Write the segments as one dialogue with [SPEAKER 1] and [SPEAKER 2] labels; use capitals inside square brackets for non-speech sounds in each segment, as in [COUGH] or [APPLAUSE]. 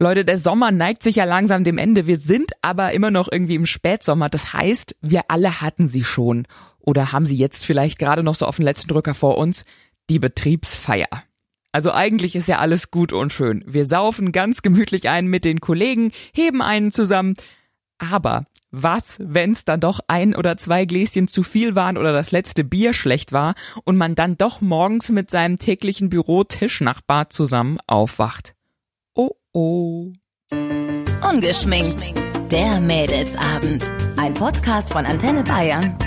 [SPEAKER 1] Leute, der Sommer neigt sich ja langsam dem Ende. Wir sind aber immer noch irgendwie im Spätsommer. Das heißt, wir alle hatten sie schon oder haben sie jetzt vielleicht gerade noch so auf den letzten Drücker vor uns, die Betriebsfeier. Also eigentlich ist ja alles gut und schön. Wir saufen ganz gemütlich ein mit den Kollegen, heben einen zusammen. Aber was, wenn's dann doch ein oder zwei Gläschen zu viel waren oder das letzte Bier schlecht war und man dann doch morgens mit seinem täglichen Bürotischnachbar zusammen aufwacht? Oh oh.
[SPEAKER 2] Ungeschminkt. Der Mädelsabend. Ein Podcast von Antenne Bayern.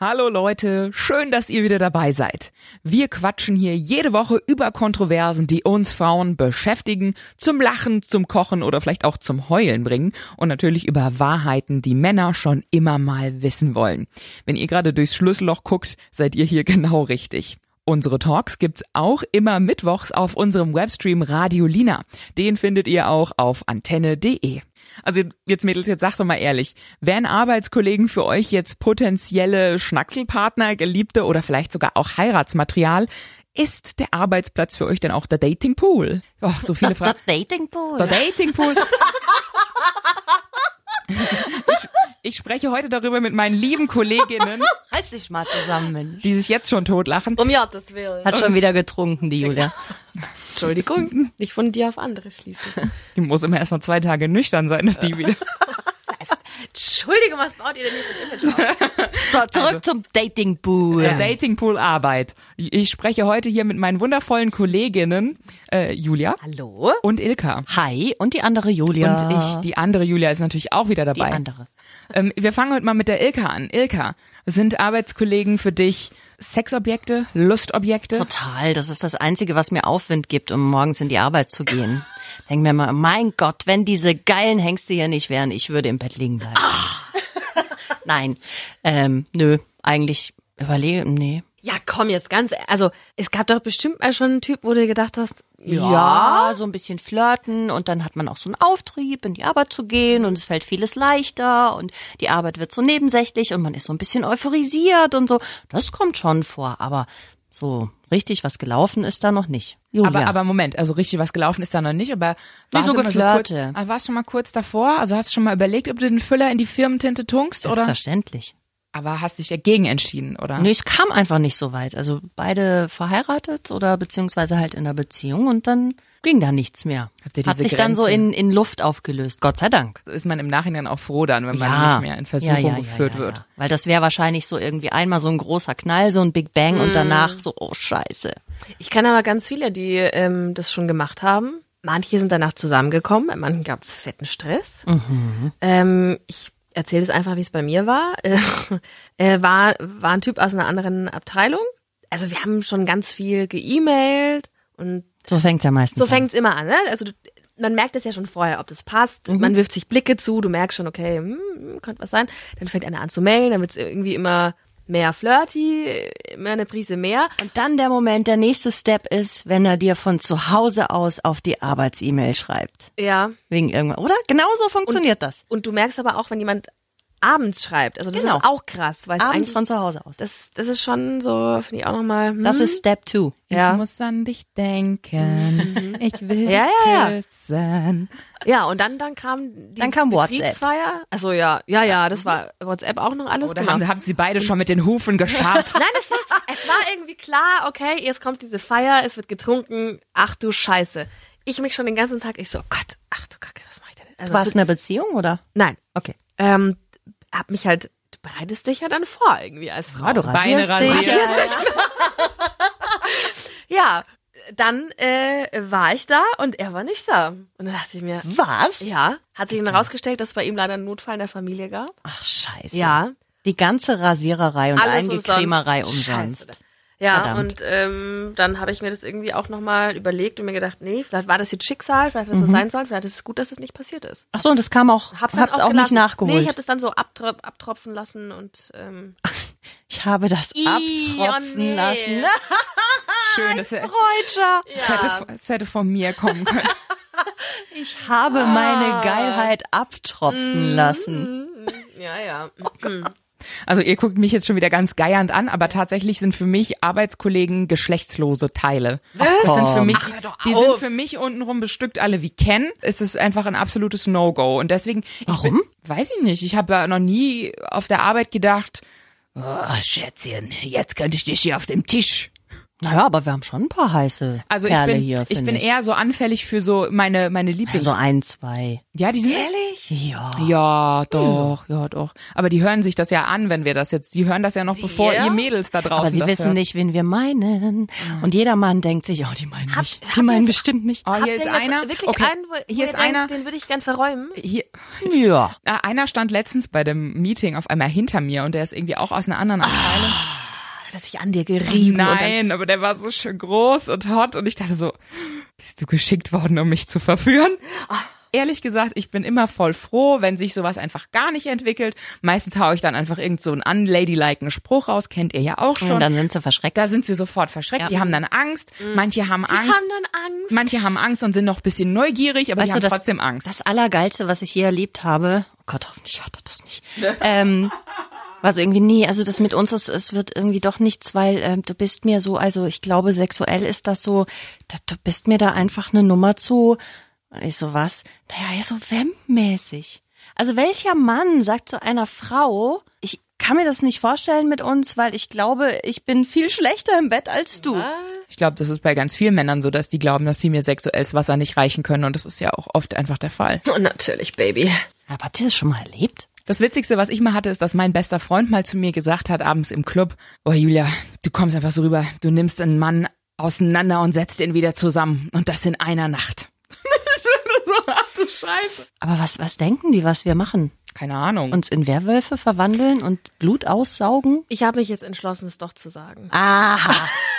[SPEAKER 1] Hallo Leute, schön, dass ihr wieder dabei seid. Wir quatschen hier jede Woche über Kontroversen, die uns Frauen beschäftigen, zum Lachen, zum Kochen oder vielleicht auch zum Heulen bringen und natürlich über Wahrheiten, die Männer schon immer mal wissen wollen. Wenn ihr gerade durchs Schlüsselloch guckt, seid ihr hier [LAUGHS] genau richtig. Unsere Talks gibt's auch immer mittwochs auf unserem Webstream Radio Lina. Den findet ihr auch auf antenne.de. Also jetzt Mädels, jetzt sagt doch mal ehrlich, wären Arbeitskollegen für euch jetzt potenzielle Schnackselpartner, Geliebte oder vielleicht sogar auch Heiratsmaterial? Ist der Arbeitsplatz für euch denn auch der Datingpool? Oh, so viele Fragen.
[SPEAKER 2] Der Datingpool.
[SPEAKER 1] Der Datingpool. Ich, ich spreche heute darüber mit meinen lieben Kolleginnen,
[SPEAKER 3] Reiß dich mal zusammen, Mensch.
[SPEAKER 1] die sich jetzt schon totlachen.
[SPEAKER 3] Um Gottes Willen.
[SPEAKER 2] Hat schon wieder getrunken, die
[SPEAKER 3] [LAUGHS]
[SPEAKER 2] Julia.
[SPEAKER 3] Entschuldigung, nicht von dir auf andere schließen.
[SPEAKER 1] Die muss immer erst mal zwei Tage nüchtern sein, dass die wieder.
[SPEAKER 3] Entschuldigung, was baut ihr denn hier für ein Image auf? Also.
[SPEAKER 2] So, zurück zum
[SPEAKER 1] Der
[SPEAKER 2] Datingpool.
[SPEAKER 1] Datingpool Arbeit. Ich spreche heute hier mit meinen wundervollen Kolleginnen äh, Julia
[SPEAKER 2] Hallo?
[SPEAKER 1] und Ilka.
[SPEAKER 2] Hi und die andere Julia.
[SPEAKER 1] Und ich, die andere Julia ist natürlich auch wieder
[SPEAKER 2] die
[SPEAKER 1] dabei.
[SPEAKER 2] andere.
[SPEAKER 1] Ähm, wir fangen heute mal mit der Ilka an. Ilka, sind Arbeitskollegen für dich Sexobjekte, Lustobjekte?
[SPEAKER 2] Total, das ist das Einzige, was mir Aufwind gibt, um morgens in die Arbeit zu gehen. Denk mir mal, mein Gott, wenn diese geilen Hengste hier nicht wären, ich würde im Bett liegen bleiben. [LAUGHS] Nein, ähm, nö, eigentlich überlege, nee.
[SPEAKER 3] Ja, komm jetzt ganz, ehr- also es gab doch bestimmt mal schon einen Typ, wo du gedacht hast,
[SPEAKER 2] Ja, so ein bisschen flirten und dann hat man auch so einen Auftrieb, in die Arbeit zu gehen und es fällt vieles leichter und die Arbeit wird so nebensächlich und man ist so ein bisschen euphorisiert und so. Das kommt schon vor, aber so richtig was gelaufen ist da noch nicht. Julia.
[SPEAKER 1] Aber, aber Moment, also richtig was gelaufen ist da noch nicht, aber warst,
[SPEAKER 2] so
[SPEAKER 1] du mal kurz,
[SPEAKER 2] geflirte.
[SPEAKER 1] ah, warst du mal kurz davor? Also hast du schon mal überlegt, ob du den Füller in die Firmentinte tunkst oder?
[SPEAKER 2] Selbstverständlich.
[SPEAKER 1] Aber hast dich dagegen entschieden, oder?
[SPEAKER 2] Nee, es kam einfach nicht so weit. Also beide verheiratet oder beziehungsweise halt in einer Beziehung und dann ging da nichts mehr.
[SPEAKER 1] Habt ihr
[SPEAKER 2] Hat
[SPEAKER 1] diese
[SPEAKER 2] sich dann so
[SPEAKER 1] Grenzen?
[SPEAKER 2] in, in Luft aufgelöst, Gott sei Dank.
[SPEAKER 1] ist man im Nachhinein auch froh dann, wenn man nicht mehr in Versuchung geführt wird.
[SPEAKER 2] Weil das wäre wahrscheinlich so irgendwie einmal so ein großer Knall, so ein Big Bang
[SPEAKER 1] Hm.
[SPEAKER 2] und danach so, oh scheiße.
[SPEAKER 3] ich kann aber ganz viele, die ähm, das schon gemacht haben. Manche sind danach zusammengekommen, bei manchen gab es fetten Stress. Ähm, ich erzähle es einfach, wie es bei mir war. [LAUGHS] Äh, äh, war. War ein Typ aus einer anderen Abteilung. Also wir haben schon ganz viel geemailt und
[SPEAKER 2] So fängt's ja meistens
[SPEAKER 3] So fängt's immer an, ne? Also du, man merkt es ja schon vorher, ob das passt.
[SPEAKER 2] Mhm.
[SPEAKER 3] Man wirft sich Blicke zu, du merkst schon, okay, hm, könnte was sein. Dann fängt einer an zu mailen, dann wird's irgendwie immer mehr flirty, immer eine Prise mehr.
[SPEAKER 2] an. Und dann der Moment, der nächste Step ist, wenn er dir von zu Hause aus auf die Arbeits-E-Mail schreibt.
[SPEAKER 3] Ja.
[SPEAKER 2] Wegen irgendwann, oder? Genauso funktioniert das.
[SPEAKER 3] Und du merkst aber auch, wenn jemand abends schreibt. Also das
[SPEAKER 2] Genau.
[SPEAKER 3] ist auch krass, weil es
[SPEAKER 2] Abends
[SPEAKER 3] eigentlich
[SPEAKER 2] von zu Hause aus.
[SPEAKER 3] das, das ist schon so, finde ich auch nochmal. Hm,
[SPEAKER 2] Das ist Step Two.
[SPEAKER 3] ja.
[SPEAKER 1] Ich muss an dich denken. Ich will
[SPEAKER 3] Ja,
[SPEAKER 1] dich
[SPEAKER 3] ja, ja.
[SPEAKER 1] küssen.
[SPEAKER 3] ja, und dann kam die
[SPEAKER 2] Dann kam WhatsApp.
[SPEAKER 3] Betriebsfeier. Also ja, ja, ja, das war WhatsApp auch noch
[SPEAKER 2] Oh,
[SPEAKER 3] alles.
[SPEAKER 1] Oder
[SPEAKER 3] genau.
[SPEAKER 1] haben, haben sie beide schon mit den Hufen gescharrt?
[SPEAKER 3] Nein, es war, es war irgendwie klar, okay, jetzt kommt diese Feier, es wird getrunken, ach du Scheiße. Ich mich schon den ganzen Tag, ich so, oh Gott, ach du Kacke, was mach ich denn? Also,
[SPEAKER 2] Du warst in einer Beziehung, oder?
[SPEAKER 3] Nein.
[SPEAKER 2] Okay.
[SPEAKER 3] Ähm, hab mich halt, du bereitest dich ja dann vor irgendwie als Frau.
[SPEAKER 2] Ah, du
[SPEAKER 1] Beine
[SPEAKER 2] rasierst dich.
[SPEAKER 1] rasiert.
[SPEAKER 3] Ja, dann äh, war ich da und er war nicht da. Und dann dachte ich mir,
[SPEAKER 2] Was?
[SPEAKER 3] ja, hat sich dann herausgestellt, dass es bei ihm leider einen Notfall in der Familie gab.
[SPEAKER 2] Ach, scheiße.
[SPEAKER 3] Ja,
[SPEAKER 2] Die ganze Rasiererei und
[SPEAKER 3] Alles
[SPEAKER 2] Eingecremerei
[SPEAKER 3] umsonst.
[SPEAKER 2] umsonst.
[SPEAKER 3] Scheiße. Ja, und
[SPEAKER 2] Verdammt.
[SPEAKER 3] ähm, dann habe ich mir das irgendwie auch nochmal überlegt und mir gedacht, nee, vielleicht war das jetzt Schicksal, vielleicht hat das so sein sollen, vielleicht ist es gut, dass das nicht passiert ist.
[SPEAKER 2] Ach so, und das kam auch,
[SPEAKER 3] Hab's
[SPEAKER 2] hab's,
[SPEAKER 3] dann
[SPEAKER 2] auch nicht
[SPEAKER 3] gelassen.
[SPEAKER 2] nachgeholt.
[SPEAKER 3] Nee, ich habe das dann so abtrö- abtropfen lassen und ähm,
[SPEAKER 2] ich habe das
[SPEAKER 3] Ih, oh
[SPEAKER 2] abtropfen
[SPEAKER 3] nee.
[SPEAKER 2] lassen. [LAUGHS]
[SPEAKER 1] Schön, dass er
[SPEAKER 2] Freudscher.
[SPEAKER 1] das hätte, das hätte von mir kommen können.
[SPEAKER 2] Ich
[SPEAKER 3] Ah. Mm.
[SPEAKER 2] habe meine Geilheit abtropfen lassen.
[SPEAKER 3] ja, ja.
[SPEAKER 1] Also ihr guckt mich jetzt schon wieder ganz geiernd an, aber tatsächlich sind für mich Arbeitskollegen geschlechtslose Teile. Das sind für mich, die sind für mich untenrum bestückt alle wie Ken. Es ist einfach ein absolutes No-Go. Und deswegen. Warum? Ich bin, weiß ich nicht. Ich habe ja noch nie auf der Arbeit gedacht, oh, Schätzchen, jetzt könnte ich dich hier auf dem Tisch
[SPEAKER 2] Naja, aber wir haben schon ein paar heiße
[SPEAKER 1] Also ich
[SPEAKER 2] Kerle
[SPEAKER 1] bin,
[SPEAKER 2] hier,
[SPEAKER 1] ich
[SPEAKER 2] find
[SPEAKER 1] bin eher so anfällig für so meine, meine Lieblings.
[SPEAKER 2] so ein, zwei.
[SPEAKER 1] ja, die sind ehrlich. Ja. Ja, doch, ja, doch. Aber die hören sich das ja an, wenn wir das jetzt. Die hören das ja noch, bevor ihr Mädels da draußen.
[SPEAKER 2] Aber sie
[SPEAKER 1] das
[SPEAKER 2] wissen
[SPEAKER 1] hört.
[SPEAKER 2] nicht, wen wir meinen. Und jeder Mann denkt sich, oh, die meinen mich. Die meinen bestimmt mich.
[SPEAKER 1] Oh,
[SPEAKER 3] Habt
[SPEAKER 1] hier ist
[SPEAKER 3] ihr jetzt
[SPEAKER 1] einer.
[SPEAKER 3] Wirklich
[SPEAKER 1] okay.
[SPEAKER 3] einen, wo,
[SPEAKER 1] hier
[SPEAKER 3] wo
[SPEAKER 1] ist
[SPEAKER 3] ihr denkt,
[SPEAKER 1] einer.
[SPEAKER 3] Den würde ich gern verräumen.
[SPEAKER 1] Hier,
[SPEAKER 2] Ja.
[SPEAKER 1] äh, einer stand letztens bei dem Meeting auf einmal hinter mir und der ist irgendwie auch aus einer anderen Abteilung.
[SPEAKER 3] Dass ich an dir gerieben und dann-
[SPEAKER 1] Nein, aber der war so schön groß und hot und ich dachte so, bist du geschickt worden, um mich zu verführen? Ehrlich gesagt, ich bin immer voll froh, wenn sich sowas einfach gar nicht entwickelt. Meistens haue ich dann einfach irgend so einen unladyliken Spruch raus, kennt ihr ja auch
[SPEAKER 2] Und
[SPEAKER 1] schon.
[SPEAKER 2] dann sind sie verschreckt.
[SPEAKER 1] Da sind sie sofort verschreckt,
[SPEAKER 2] Ja.
[SPEAKER 1] die haben dann Angst, manche haben
[SPEAKER 3] Die
[SPEAKER 1] Angst,
[SPEAKER 3] haben dann Angst.
[SPEAKER 1] manche haben Angst und sind noch ein bisschen neugierig, aber die haben
[SPEAKER 2] das,
[SPEAKER 1] trotzdem Angst.
[SPEAKER 2] Das Allergeilste, was ich je erlebt habe, oh Gott, hoffentlich hört er das nicht. ähm, also irgendwie nie, also das mit uns, ist, es wird irgendwie doch nichts, weil ähm, du bist mir so, also ich glaube, sexuell ist das so, da, du bist mir da einfach eine Nummer zu. Und ich so, was? Naja, ja, so wemmäßig. Also welcher Mann sagt zu einer Frau, ich kann mir das nicht vorstellen mit uns, weil ich glaube, ich bin viel schlechter im Bett als du.
[SPEAKER 1] Ich glaube, das ist bei ganz vielen Männern so, dass die glauben, dass sie mir sexuelles Wasser nicht reichen können und das ist ja auch oft einfach der Fall.
[SPEAKER 3] Oh, natürlich, Baby.
[SPEAKER 2] Aber habt ihr das schon mal erlebt?
[SPEAKER 1] Das Witzigste, was ich mal hatte, ist, dass mein bester Freund mal zu mir gesagt hat, abends im Club, oh Julia, du kommst einfach so rüber, du nimmst einen Mann auseinander und setzt ihn wieder zusammen und das in einer Nacht.
[SPEAKER 2] Aber was, was denken die, was wir machen?
[SPEAKER 1] Keine Ahnung.
[SPEAKER 2] uns in Werwölfe verwandeln und Blut aussaugen?
[SPEAKER 3] Ich habe mich jetzt entschlossen, es doch zu sagen.
[SPEAKER 2] Aha.
[SPEAKER 3] [LAUGHS]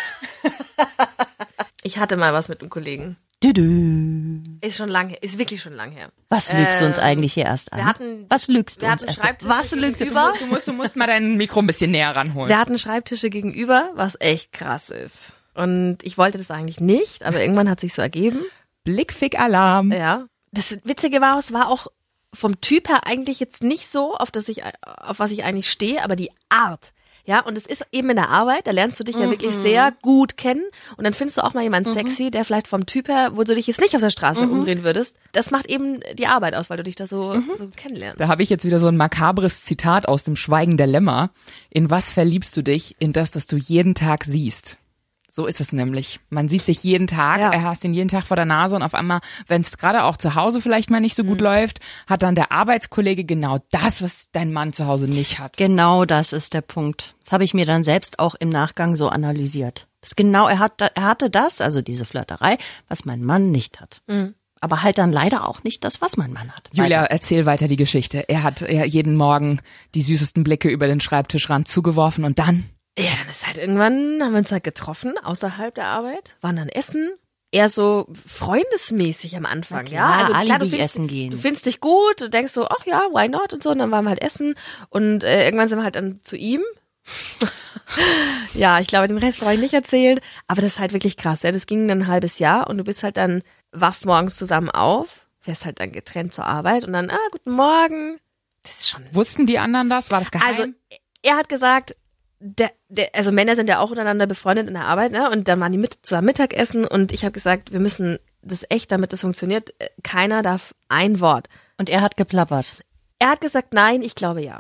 [SPEAKER 3] Ich hatte mal was mit einem Kollegen.
[SPEAKER 2] Düdü.
[SPEAKER 3] Ist schon lang her. Ist wirklich schon lang her.
[SPEAKER 2] Was lügst du uns
[SPEAKER 3] Ähm,
[SPEAKER 2] eigentlich hier erst an?
[SPEAKER 3] wir hatten-
[SPEAKER 2] Was lügst du
[SPEAKER 3] wir
[SPEAKER 2] uns
[SPEAKER 3] hatten
[SPEAKER 2] erst an?
[SPEAKER 3] Schreibtische
[SPEAKER 2] Was lügst du?
[SPEAKER 3] gegenüber.
[SPEAKER 1] du musst, du musst mal dein Mikro ein bisschen näher ranholen.
[SPEAKER 3] Wir hatten Schreibtische gegenüber, was echt krass ist. Und ich wollte das eigentlich nicht, aber irgendwann hat sich so ergeben.
[SPEAKER 1] Blickfick-Alarm.
[SPEAKER 3] Ja. Das Witzige war, es war auch vom Typ her eigentlich jetzt nicht so, auf das ich, auf was ich eigentlich stehe, aber die Art. Ja, und es ist eben in der Arbeit, da lernst du dich ja wirklich sehr gut kennen. Und dann findest du auch mal jemanden sexy, der vielleicht vom Typ her, wo du dich jetzt nicht auf der Straße umdrehen würdest. Das macht eben die Arbeit aus, weil du dich da so, so kennenlernst.
[SPEAKER 1] Da habe ich jetzt wieder so ein makabres Zitat aus dem Schweigen der Lämmer. In was verliebst du dich? In das, das du jeden Tag siehst. So ist es nämlich. Man sieht sich jeden Tag,
[SPEAKER 2] Ja.
[SPEAKER 1] er hast ihn jeden Tag vor der Nase und auf einmal, wenn es gerade auch zu Hause vielleicht mal nicht so
[SPEAKER 3] Mhm.
[SPEAKER 1] gut läuft, hat dann der Arbeitskollege genau das, was dein Mann zu Hause nicht hat.
[SPEAKER 2] Genau das ist der Punkt. Das habe ich mir dann selbst auch im Nachgang so analysiert. Das genau, er, hat, er hatte das, also diese Flirterei, was mein Mann nicht hat. Aber halt dann leider auch nicht das, was mein Mann hat.
[SPEAKER 1] Julia, erzähl weiter die Geschichte. Er hat ja jeden Morgen die süßesten Blicke über den Schreibtischrand zugeworfen und dann
[SPEAKER 3] Ja, dann ist halt irgendwann, haben wir uns halt getroffen, außerhalb der Arbeit, waren dann essen. Eher so freundesmäßig am Anfang,
[SPEAKER 2] klar,
[SPEAKER 3] ja. Also klar, du
[SPEAKER 2] Alibi
[SPEAKER 3] findest,
[SPEAKER 2] essen gehen.
[SPEAKER 3] Du findest dich gut, du denkst so, ach ja, why not und so. Und dann waren wir halt essen und äh, irgendwann sind wir halt dann zu
[SPEAKER 2] [LAUGHS]
[SPEAKER 3] ihm. ja, ich glaube, den Rest brauche ich nicht erzählen. Aber das ist halt wirklich krass, ja. Das ging dann ein halbes Jahr und du bist halt dann, wachst morgens zusammen auf, fährst halt dann getrennt zur Arbeit und dann, ah, guten Morgen. Das ist schon
[SPEAKER 1] wussten die anderen das? War das geheim?
[SPEAKER 3] also er hat gesagt, der, der, also Männer sind ja auch untereinander befreundet in der Arbeit, ne? Und dann waren die mit, zusammen Mittagessen und ich habe gesagt, wir müssen das echt, damit das funktioniert, äh, keiner darf ein Wort.
[SPEAKER 2] Und er hat geplappert.
[SPEAKER 3] Er hat gesagt, nein, ich glaube ja.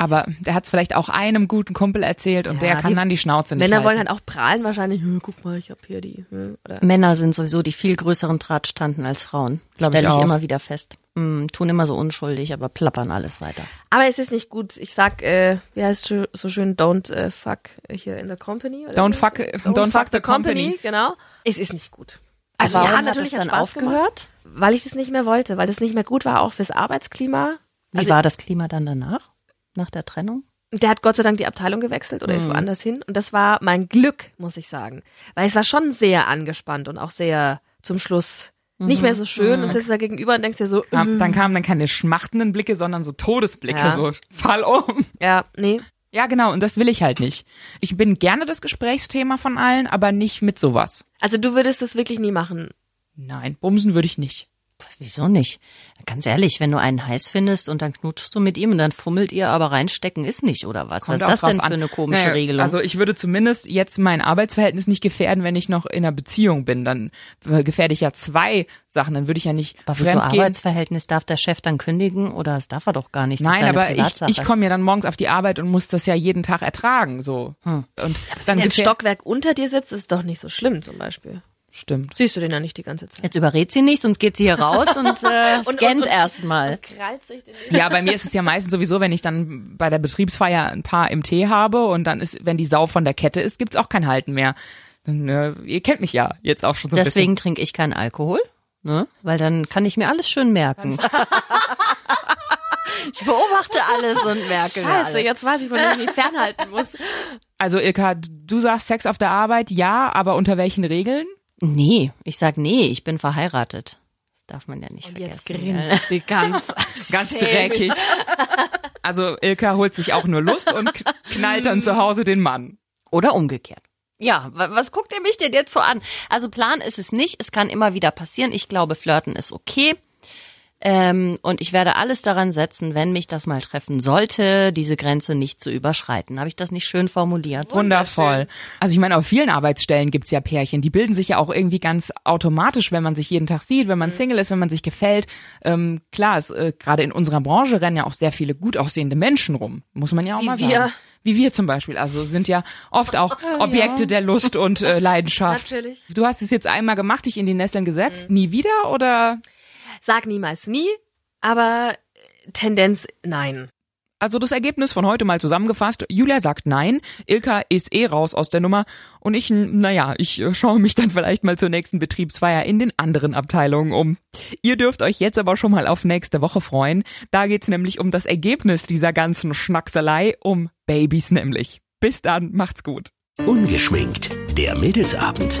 [SPEAKER 1] Aber der hat es vielleicht auch einem guten Kumpel erzählt und
[SPEAKER 3] Ja,
[SPEAKER 1] der kann
[SPEAKER 3] die
[SPEAKER 1] dann die Schnauze nicht
[SPEAKER 3] Männer
[SPEAKER 1] halten.
[SPEAKER 3] wollen halt auch prahlen wahrscheinlich. Hm, guck mal, ich hab hier die. Hm, oder.
[SPEAKER 2] Männer sind sowieso die viel größeren Drahtstanden als Frauen.
[SPEAKER 1] Glaub ich
[SPEAKER 2] Stelle ich,
[SPEAKER 1] auch.
[SPEAKER 2] immer wieder fest. Hm, tun immer so unschuldig, aber plappern alles weiter.
[SPEAKER 3] Aber es ist nicht gut. Ich sag, äh, wie heißt es so schön, don't äh, fuck hier in the company. Oder
[SPEAKER 1] Don't
[SPEAKER 3] so?
[SPEAKER 1] fuck- don't fuck the company.
[SPEAKER 3] Genau. Es ist nicht gut.
[SPEAKER 2] Also
[SPEAKER 3] Warum
[SPEAKER 2] ja,
[SPEAKER 3] hat
[SPEAKER 2] natürlich
[SPEAKER 3] das
[SPEAKER 2] hat
[SPEAKER 3] dann
[SPEAKER 2] Spaß
[SPEAKER 3] aufgehört? Weil ich das nicht mehr wollte, weil das nicht mehr gut war, auch fürs Arbeitsklima.
[SPEAKER 2] Wie
[SPEAKER 3] Also-
[SPEAKER 2] war das Klima dann danach? Nach der Trennung?
[SPEAKER 3] der hat Gott sei Dank die Abteilung gewechselt oder ist woanders hin. Und das war mein Glück, muss ich sagen. Weil es war schon sehr angespannt und auch sehr zum Schluss nicht mehr so schön. Und sitzt da gegenüber und denkst dir so, "Hm,
[SPEAKER 1] Kam,
[SPEAKER 2] Mhm.
[SPEAKER 1] dann kamen dann keine schmachtenden Blicke, sondern so Todesblicke,
[SPEAKER 3] Ja.
[SPEAKER 1] so Fall um.
[SPEAKER 3] ja, nee.
[SPEAKER 1] Ja, genau, und das will ich halt nicht. Ich bin gerne das Gesprächsthema von allen, aber nicht mit sowas.
[SPEAKER 3] Also du würdest das wirklich nie machen.
[SPEAKER 1] Nein, bumsen würde ich nicht.
[SPEAKER 2] Wieso nicht? Ganz ehrlich, wenn du einen heiß findest und dann knutschst du mit ihm und dann fummelt ihr, aber reinstecken ist nicht, oder was? was
[SPEAKER 1] Kommt
[SPEAKER 2] ist
[SPEAKER 1] auch
[SPEAKER 2] das
[SPEAKER 1] drauf
[SPEAKER 2] denn
[SPEAKER 1] an.
[SPEAKER 2] für eine komische
[SPEAKER 1] Naja,
[SPEAKER 2] Regelung?
[SPEAKER 1] Also ich würde zumindest jetzt mein Arbeitsverhältnis nicht gefährden, wenn ich noch in einer Beziehung bin. Dann äh, gefährde ich ja zwei Sachen. Dann würde ich ja nicht
[SPEAKER 2] aber wieso
[SPEAKER 1] fremdgehen.
[SPEAKER 2] Arbeitsverhältnis darf der Chef dann kündigen oder das darf er doch gar nicht? Das ist
[SPEAKER 1] Nein,
[SPEAKER 2] deine
[SPEAKER 1] aber ich,
[SPEAKER 2] Privatsache.
[SPEAKER 1] ich komme ja dann morgens auf die Arbeit und muss das ja jeden Tag ertragen. So.
[SPEAKER 2] Hm.
[SPEAKER 1] Und dann
[SPEAKER 3] Wenn der im
[SPEAKER 1] gefähr-
[SPEAKER 3] Stockwerk unter dir sitzt, ist doch nicht so schlimm zum Beispiel.
[SPEAKER 1] Stimmt.
[SPEAKER 3] Siehst du den ja nicht die ganze Zeit.
[SPEAKER 2] Jetzt überredet sie nicht, sonst geht sie hier
[SPEAKER 1] [LAUGHS]
[SPEAKER 2] raus und äh,
[SPEAKER 3] und-
[SPEAKER 2] scannt
[SPEAKER 3] und-
[SPEAKER 2] erstmal.
[SPEAKER 3] Krallt sich den
[SPEAKER 1] Ja, bei mir ist es ja meistens sowieso, wenn ich dann bei der Betriebsfeier ein paar im Tee habe und dann ist, wenn die Sau von der Kette ist, gibt's auch kein Halten mehr. Dann, äh, ihr kennt mich ja jetzt auch schon so ein
[SPEAKER 2] Deswegen trinke ich keinen Alkohol, ne? Weil dann kann ich mir alles schön merken. [LAUGHS] ich beobachte alles und merke
[SPEAKER 3] [LAUGHS]
[SPEAKER 2] mir
[SPEAKER 3] Scheiße,
[SPEAKER 2] alles.
[SPEAKER 3] jetzt weiß ich, von dem ich [LAUGHS] mich fernhalten muss.
[SPEAKER 1] Also Ilka, du sagst Sex auf der Arbeit, ja, aber unter welchen Regeln?
[SPEAKER 2] Nee, ich sag nee, ich bin verheiratet. Das darf man ja nicht vergessen.
[SPEAKER 3] grinst sie ganz.
[SPEAKER 1] Äh, [LAUGHS] Ganz dreckig. Also Ilka holt sich auch nur Lust und k- knallt dann zu Hause den Mann.
[SPEAKER 2] Oder umgekehrt. Ja, wa- was guckt ihr mich denn jetzt so an? Also Plan ist es nicht, es kann immer wieder passieren. Ich glaube, flirten ist okay. Ähm, und ich werde alles daran setzen, wenn mich das mal treffen sollte, diese Grenze nicht zu überschreiten. Habe ich das nicht schön formuliert?
[SPEAKER 1] Wundervoll. Also ich meine, auf vielen Arbeitsstellen gibt's ja Pärchen. Die bilden sich ja auch irgendwie ganz automatisch, wenn man sich jeden Tag sieht,
[SPEAKER 3] Mhm.
[SPEAKER 1] wenn man Single ist, wenn man sich gefällt. Ähm, klar, es, äh, gerade in unserer Branche rennen ja auch sehr viele gut aussehende Menschen rum. Muss man ja auch
[SPEAKER 3] Wie
[SPEAKER 1] mal
[SPEAKER 3] wir. Oh,
[SPEAKER 1] sagen. Wie wir zum Beispiel. Also sind ja oft
[SPEAKER 3] [LAUGHS]
[SPEAKER 1] auch Objekte der Lust und äh, Leidenschaft.
[SPEAKER 3] Natürlich. Mhm.
[SPEAKER 1] Du hast es jetzt einmal gemacht, dich in die Nesseln gesetzt, nie wieder oder?
[SPEAKER 3] Sag niemals nie, aber Tendenz nein.
[SPEAKER 1] Also das Ergebnis von heute mal zusammengefasst. Julia sagt nein, Ilka ist eh raus aus der Nummer und ich, n- naja, ich äh, schaue mich dann vielleicht mal zur nächsten Betriebsfeier in den anderen Abteilungen um. Ihr dürft euch jetzt aber schon mal auf nächste Woche freuen. Da geht's nämlich um das Ergebnis dieser ganzen Schnackselei, um Babys nämlich. Bis dann, macht's gut.
[SPEAKER 4] Ungeschminkt. Der Mädelsabend.